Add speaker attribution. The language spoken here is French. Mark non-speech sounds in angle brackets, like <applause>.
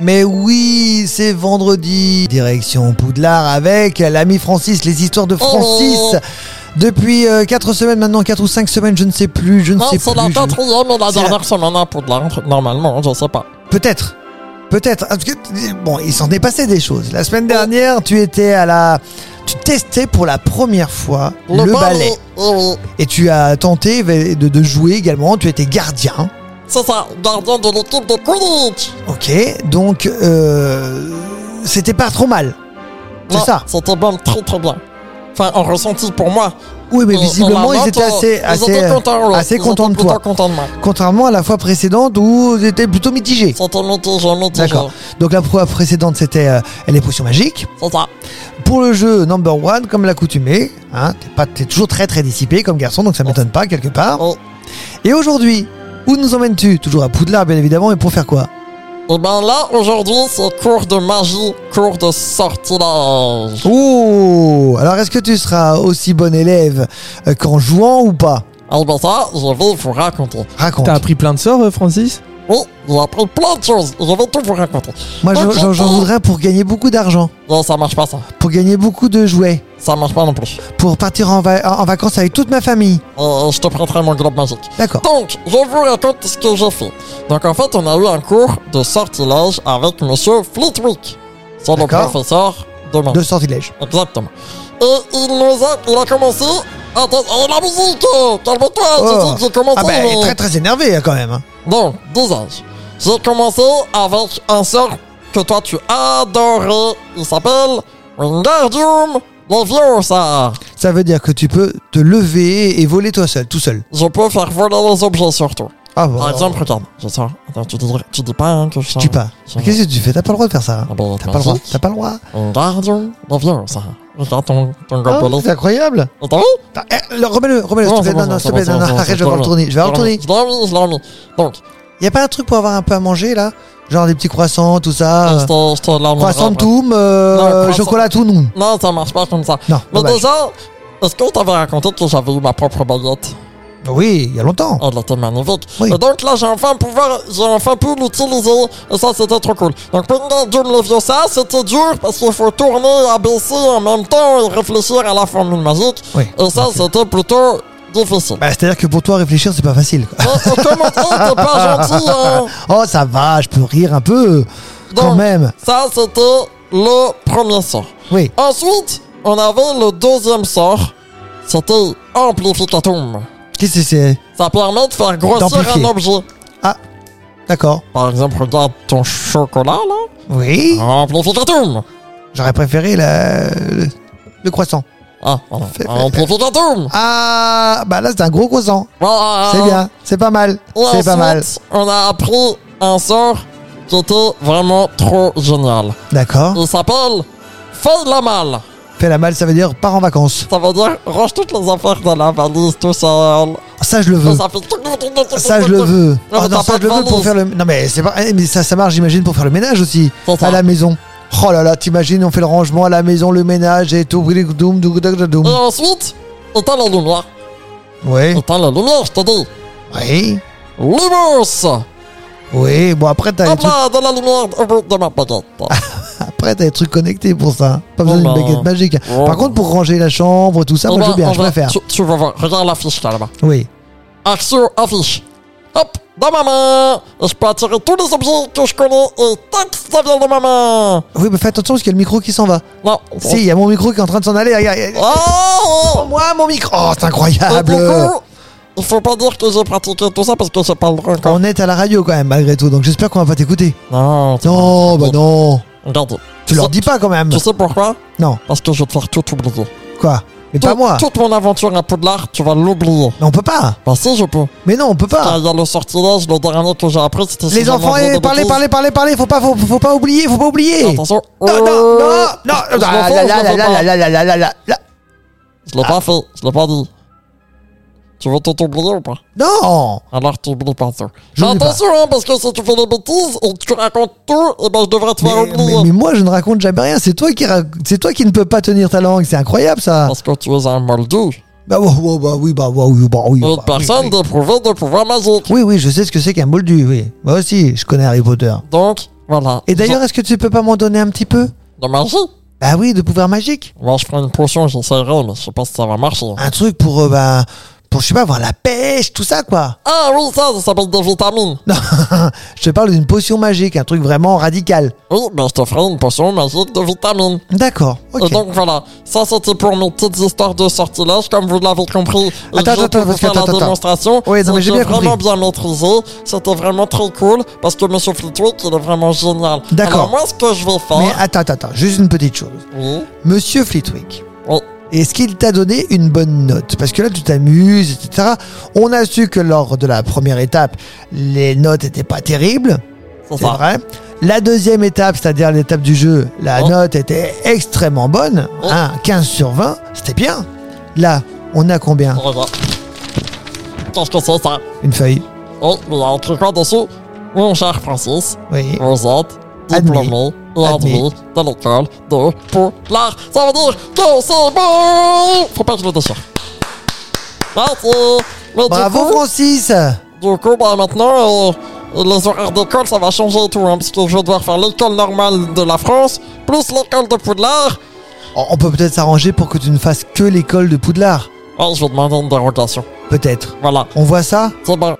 Speaker 1: Mais oui, c'est vendredi. Direction Poudlard avec l'ami Francis, les histoires de Francis.
Speaker 2: Oh.
Speaker 1: Depuis 4 semaines maintenant, 4 ou 5 semaines, je ne sais plus, je ne
Speaker 2: Non,
Speaker 1: sais
Speaker 2: c'est la
Speaker 1: plus. je ne-
Speaker 2: quatrième et la
Speaker 1: C'est la-
Speaker 2: dernière semaine à Poudlard, normalement, hein, je sais pas.
Speaker 1: Peut-être. Peut-être. Ah, parce que, Bon, il s'en est passé des choses. La semaine dernière, tu étais à la. Tu testais pour la première fois le, ballet.
Speaker 2: Oui, oui.
Speaker 1: Et tu as tenté de, de jouer également. Tu étais gardien.
Speaker 2: C'est ça, gardien de l'équipe de Quidditch.
Speaker 1: Ok. Donc, euh, c'était pas trop mal. C'est
Speaker 2: Non,
Speaker 1: ça.
Speaker 2: C'était même très très bien. Enfin, en ressenti pour moi.
Speaker 1: Oui, mais
Speaker 2: On- on
Speaker 1: visiblement,
Speaker 2: l'a
Speaker 1: ils étaient
Speaker 2: noté,
Speaker 1: assez,
Speaker 2: ils
Speaker 1: assez,
Speaker 2: étaient
Speaker 1: euh,
Speaker 2: contents, ouais.
Speaker 1: assez
Speaker 2: Ils
Speaker 1: contents de
Speaker 2: étaient
Speaker 1: toi.
Speaker 2: plutôt contents de moi.
Speaker 1: Contrairement à la fois précédente où ils étaient plutôt mitigés.
Speaker 2: C'était mitigé, mitigé.
Speaker 1: D'accord. Donc, la fois précédente, c'était euh, les potions magiques.
Speaker 2: C'est ça.
Speaker 1: Pour le jeu number one, comme l'accoutumée, hein, t'es pas- t'es toujours très très dissipé comme garçon, donc ça m'étonne pas quelque part.
Speaker 2: Oh.
Speaker 1: Et aujourd'hui, où nous emmènes-tu Toujours à Poudlard, bien évidemment, et pour faire quoi
Speaker 2: Et ben là, aujourd'hui, c'est cours de magie, cours de sortilège.
Speaker 1: Oh Alors est-ce que tu seras aussi bon élève euh, qu'en jouant ou pas
Speaker 2: Et ben ça, je vais vous raconter.
Speaker 1: Raconte.
Speaker 3: T'as appris plein de sorts, euh, Francis
Speaker 2: Oui, j'ai appris plein de choses. Je vais tout vous raconter.
Speaker 1: Moi, je-
Speaker 2: Ok.
Speaker 1: j'en j'en voudrais pour gagner beaucoup d'argent,
Speaker 2: Non, ça marche pas, ça.
Speaker 1: pour gagner beaucoup de jouets,
Speaker 2: Ça marche pas non plus.
Speaker 1: pour partir en, va- en vacances avec toute ma famille.
Speaker 2: Euh, je te prêterai mon globe magique.
Speaker 1: D'accord.
Speaker 2: Donc, je vous raconte ce que j'ai fait. Donc, en fait, on a eu un cours de sortilège avec Monsieur Flitwick. C'est le
Speaker 1: D'accord.
Speaker 2: professeur de magie.
Speaker 1: De sortilège.
Speaker 2: Exactement. Et il nous a, il a commencé. Attends, oh, la musique euh, Calme-toi,
Speaker 1: Oh.
Speaker 2: j'ai dit que j'ai commencé.
Speaker 1: Ah bah, il est
Speaker 2: mais-
Speaker 1: très très énervé hein, quand même. hein.
Speaker 2: Donc, deux âges. J'ai commencé avec un sort que toi tu adorais. Il s'appelle Wingardium Leviosa.
Speaker 1: Ça veut dire que tu peux te lever et voler toi seul, tout seul.
Speaker 2: Je peux faire voler les objets surtout.
Speaker 1: Ah bon
Speaker 2: Par exemple, regarde, je sors. Attends, tu dis, tu dis pas hein, que je sors.
Speaker 1: Je dis pas. Mais Qu'est-ce que tu fais T'as pas le droit de faire ça. hein.
Speaker 2: Ah ben,
Speaker 1: T'as pas le droit.
Speaker 2: magique.
Speaker 1: T'as pas le droit.
Speaker 2: Wingardium Leviosa. Regarde ton, ton
Speaker 1: Ah,
Speaker 2: gobelet.
Speaker 1: c'est incroyable.
Speaker 2: Et t'as vu
Speaker 1: Attends, eh, le- remets-le, remets-le, s'il te
Speaker 2: c'est
Speaker 1: plaît. Non, non,
Speaker 2: c'est
Speaker 1: s'il te plaît.
Speaker 2: c'est
Speaker 1: Non,
Speaker 2: bon,
Speaker 1: non,
Speaker 2: c'est bon,
Speaker 1: arrête, je
Speaker 2: c'est
Speaker 1: vais le
Speaker 2: bon.
Speaker 1: retourner. Je vais le retourner.
Speaker 2: Je l'ai remis, je l'ai remis. Donc,
Speaker 1: Y a pas un truc pour avoir un peu à manger là Genre des petits croissants, tout
Speaker 2: je
Speaker 1: ça.
Speaker 2: te, je te l'emmènerai
Speaker 1: Croissant
Speaker 2: après.
Speaker 1: toum, euh,
Speaker 2: Non, croissant-
Speaker 1: chocolat tout non.
Speaker 2: Non, ça marche pas comme ça.
Speaker 1: Non,
Speaker 2: Mais
Speaker 1: dommage.
Speaker 2: déjà, est-ce que je t'avais raconté que j'avais eu ma propre baguette
Speaker 1: Bah Oui, il y a longtemps.
Speaker 2: Elle était magnifique.
Speaker 1: Oui.
Speaker 2: Et Euh, donc là, j'ai enfin, pouvoir, j'ai enfin pu l'utiliser. Et ça, c'était trop cool. Donc, Wingardium Leviosa, c'était dur parce qu'il faut tourner, abaisser en même temps et réfléchir à la formule magique.
Speaker 1: Oui,
Speaker 2: Et ça, c'était plutôt difficile.
Speaker 1: Bah, c'est-à-dire que pour toi réfléchir, c'est pas facile. quoi.
Speaker 2: Et, et comment ça, t'es
Speaker 1: <laughs>
Speaker 2: pas gentil, hein
Speaker 1: Oh, ça va, je peux rire un peu quand
Speaker 2: Donc,
Speaker 1: même.
Speaker 2: Ça, c'était le premier sort.
Speaker 1: Oui.
Speaker 2: Ensuite, on avait le deuxième sort. C'était Amplificatum.
Speaker 1: Qu'est-ce que c'est
Speaker 2: Ça permet de faire grossir
Speaker 1: D'amplifier.
Speaker 2: un objet.
Speaker 1: D'accord.
Speaker 2: Par exemple, regarde ton chocolat, là.
Speaker 1: Oui.
Speaker 2: Amplificatum.
Speaker 1: J'aurais préféré la- le- le croissant.
Speaker 2: Ah, voilà.
Speaker 1: Fais- fais-
Speaker 2: Amplificatum.
Speaker 1: Ah, bah là, c'est un gros croissant.
Speaker 2: Ah,
Speaker 1: C'est bien, c'est pas mal,
Speaker 2: Et
Speaker 1: c'est pas
Speaker 2: ensuite,
Speaker 1: mal.
Speaker 2: On a appris un sort qui était vraiment trop génial.
Speaker 1: D'accord.
Speaker 2: Il s'appelle Fais la malle.
Speaker 1: Fais la malle, ça veut dire part en vacances.
Speaker 2: Ça veut dire range toutes les affaires dans la valise tout seul.
Speaker 1: Ça, je le veux.
Speaker 2: Ça, fait...
Speaker 1: Euh. Ça, je le veux.
Speaker 2: Non,
Speaker 1: Ah
Speaker 2: mais
Speaker 1: non,
Speaker 2: t'as
Speaker 1: ça,
Speaker 2: pas
Speaker 1: je le
Speaker 2: de
Speaker 1: veux pour
Speaker 2: valise.
Speaker 1: faire le. Non, mais c'est pas. eh, Mais ça, ça marche, j'imagine, pour faire le ménage aussi.
Speaker 2: C'est ça.
Speaker 1: À la maison. Oh là là, t'imagines, on fait le rangement à la maison, le ménage et tout. Doum, doum, doum, doum,
Speaker 2: Et
Speaker 1: doum.
Speaker 2: ensuite, éteins la lumière. Oh.
Speaker 1: Oui,
Speaker 2: Éteins la lumière, je te dis.
Speaker 1: oui,
Speaker 2: Lumos
Speaker 1: oui. Bon, après, t'as les, trucs...
Speaker 2: Hop de la lumière au bout de ma baguette.
Speaker 1: Ah, après, t'as les trucs connectés pour ça. hein. Pas
Speaker 2: Oh
Speaker 1: besoin d'une
Speaker 2: bah.
Speaker 1: baguette magique.
Speaker 2: Oh bah.
Speaker 1: Par contre, pour ranger la chambre, tout ça,
Speaker 2: On
Speaker 1: moi, je
Speaker 2: va-
Speaker 1: veux bien,
Speaker 2: on
Speaker 1: je
Speaker 2: va-
Speaker 1: préfère.
Speaker 2: ben, bah, Tu, tu vas voir, regarde l'affiche là, là-bas.
Speaker 1: Oui.
Speaker 2: Action affiche. Hop, dans ma main Et Je peux attirer tous les objets que je connais et tac, ça vient de ma main
Speaker 1: Oui, mais fais attention parce qu'il y a le micro qui s'en va.
Speaker 2: Non.
Speaker 1: Si, il y a mon micro qui est en train de s'en aller. Regarde, regarde.
Speaker 2: Oh
Speaker 1: Moi, mon micro Oh, c'est
Speaker 2: Et
Speaker 1: incroyable
Speaker 2: du coup, il faut pas dire que j'ai pratiqué tout ça parce que j'ai pas le droit encore.
Speaker 1: On est à la radio quand même, malgré tout, donc j'espère qu'on va pas t'écouter.
Speaker 2: Non, tu-
Speaker 1: Non, bah non
Speaker 2: regarde.
Speaker 1: Tu leur dis pas quand même
Speaker 2: Tu sais pourquoi
Speaker 1: Non,
Speaker 2: Parce que je vais te faire tout oublier.
Speaker 1: quoi Mais pas
Speaker 2: Toute-
Speaker 1: moi
Speaker 2: Toute mon aventure à Poudlard, tu vas l'oublier.
Speaker 1: Mais on peut pas
Speaker 2: Bah si, je peux.
Speaker 1: Mais non, on peut
Speaker 2: Car
Speaker 1: pas
Speaker 2: il y a le sortilège, le dernier que j'ai appris, c'était... si
Speaker 1: Ah. Les
Speaker 2: j'avais
Speaker 1: enfants,
Speaker 2: envie
Speaker 1: eh,
Speaker 2: de
Speaker 1: parlez,
Speaker 2: bêtises.
Speaker 1: parlez, parlez, parlez Faut pas, faut, faut pas oublier, faut pas oublier Non,
Speaker 2: Attention.
Speaker 1: non,
Speaker 2: Oh.
Speaker 1: non, non
Speaker 2: Je
Speaker 1: Ah, là, là,
Speaker 2: l'ai pas, je l'ai
Speaker 1: là,
Speaker 2: pas.
Speaker 1: là, là, là, là, là, là, là.
Speaker 2: Je l'ai pas fait, je l'ai pas dit. Tu veux tout oublier ou pas
Speaker 1: Non
Speaker 2: Alors t'oublies pas ça. Mais
Speaker 1: J'oublie pas.
Speaker 2: attention, hein, parce que si tu fais des bêtises et que tu racontes tout, et ben je devrais te faire
Speaker 1: mais, mais-
Speaker 2: oublier.
Speaker 1: mais moi je ne raconte jamais rien, c'est toi qui rac- c'est toi qui ne peux pas tenir ta langue, c'est incroyable ça.
Speaker 2: Parce que tu es un moldu.
Speaker 1: Bah, wow, wow, bah oui, bah wow, oui, bah oui. bah
Speaker 2: Une
Speaker 1: oui,
Speaker 2: personne
Speaker 1: oui.
Speaker 2: déprouvée de pouvoir magique.
Speaker 1: Oui, oui, je sais ce que c'est qu'un moldu, oui. Moi aussi, je connais Harry Potter.
Speaker 2: Donc, Voilà.
Speaker 1: Et d'ailleurs, est-ce que tu peux pas m'en donner un petit peu
Speaker 2: De magie
Speaker 1: Bah oui, de pouvoir magique.
Speaker 2: Moi, je prends une potion, j'essaierai, mais je sais pas si ça va marcher.
Speaker 1: Un truc pour, euh, bah, pour, je sais pas, avoir la pêche, tout ça, quoi. <laughs>
Speaker 2: Ah oui, ça, ça s'appelle des vitamines.
Speaker 1: Non, je te parle d'une potion magique, un truc vraiment radical.
Speaker 2: Oui, ben je te ferai une potion magique de vitamines.
Speaker 1: D'accord, ok.
Speaker 2: Et donc voilà, ça c'était pour mes petites histoires de sortilèges, comme vous l'avez compris. et
Speaker 1: Attends,
Speaker 2: j'ai
Speaker 1: attends,
Speaker 2: pu vous
Speaker 1: parce que-
Speaker 2: faire
Speaker 1: attends,
Speaker 2: la
Speaker 1: attends.
Speaker 2: démonstration.
Speaker 1: Oui, non, mais j'ai
Speaker 2: C'était
Speaker 1: bien
Speaker 2: vraiment bien maîtrisé. C'était vraiment très cool parce que Monsieur Flitwick, il est vraiment génial.
Speaker 1: D'accord.
Speaker 2: Alors moi, ce que je vais
Speaker 1: Mais
Speaker 2: faire,
Speaker 1: attends, attends, attends, juste une petite chose.
Speaker 2: oui,
Speaker 1: Monsieur Flitwick,
Speaker 2: oui,
Speaker 1: est-ce qu'il t'a donné une bonne note Parce que là, tu t'amuses, etc. On a su que lors de la première étape, les notes étaient pas terribles.
Speaker 2: c'est
Speaker 1: C'est
Speaker 2: ça.
Speaker 1: vrai. La deuxième étape, c'est-à-dire l'étape du jeu, la
Speaker 2: Oh.
Speaker 1: note était extrêmement bonne.
Speaker 2: Oh.
Speaker 1: hein, 15 sur 20, c'était bien. Là, on a combien
Speaker 2: Regarde. Qu'est-ce que c'est ça
Speaker 1: Une feuille.
Speaker 2: Oh, mais il y a un truc là-dessous. Mon cher Francis,
Speaker 1: Oui.
Speaker 2: Vous êtes
Speaker 1: Admis.
Speaker 2: diplômé et admis
Speaker 1: Admis.
Speaker 2: de l'école de Poudlard. Ça veut dire que c'est bon Faut pas que je le déchire. Merci Mais du
Speaker 1: Bravo
Speaker 2: coup-
Speaker 1: Francis
Speaker 2: Du coup, bah, maintenant, euh, les horaires d'école, ça va changer et tout, hein, parce que je vais devoir faire l'école normale de la France, plus l'école de Poudlard.
Speaker 1: Oh, On on peut peut-être s'arranger pour que tu ne fasses que l'école de Poudlard.
Speaker 2: Ah, je vais demander une dérogation.
Speaker 1: Peut-être.
Speaker 2: Voilà,
Speaker 1: On voit ça
Speaker 2: c'est bon.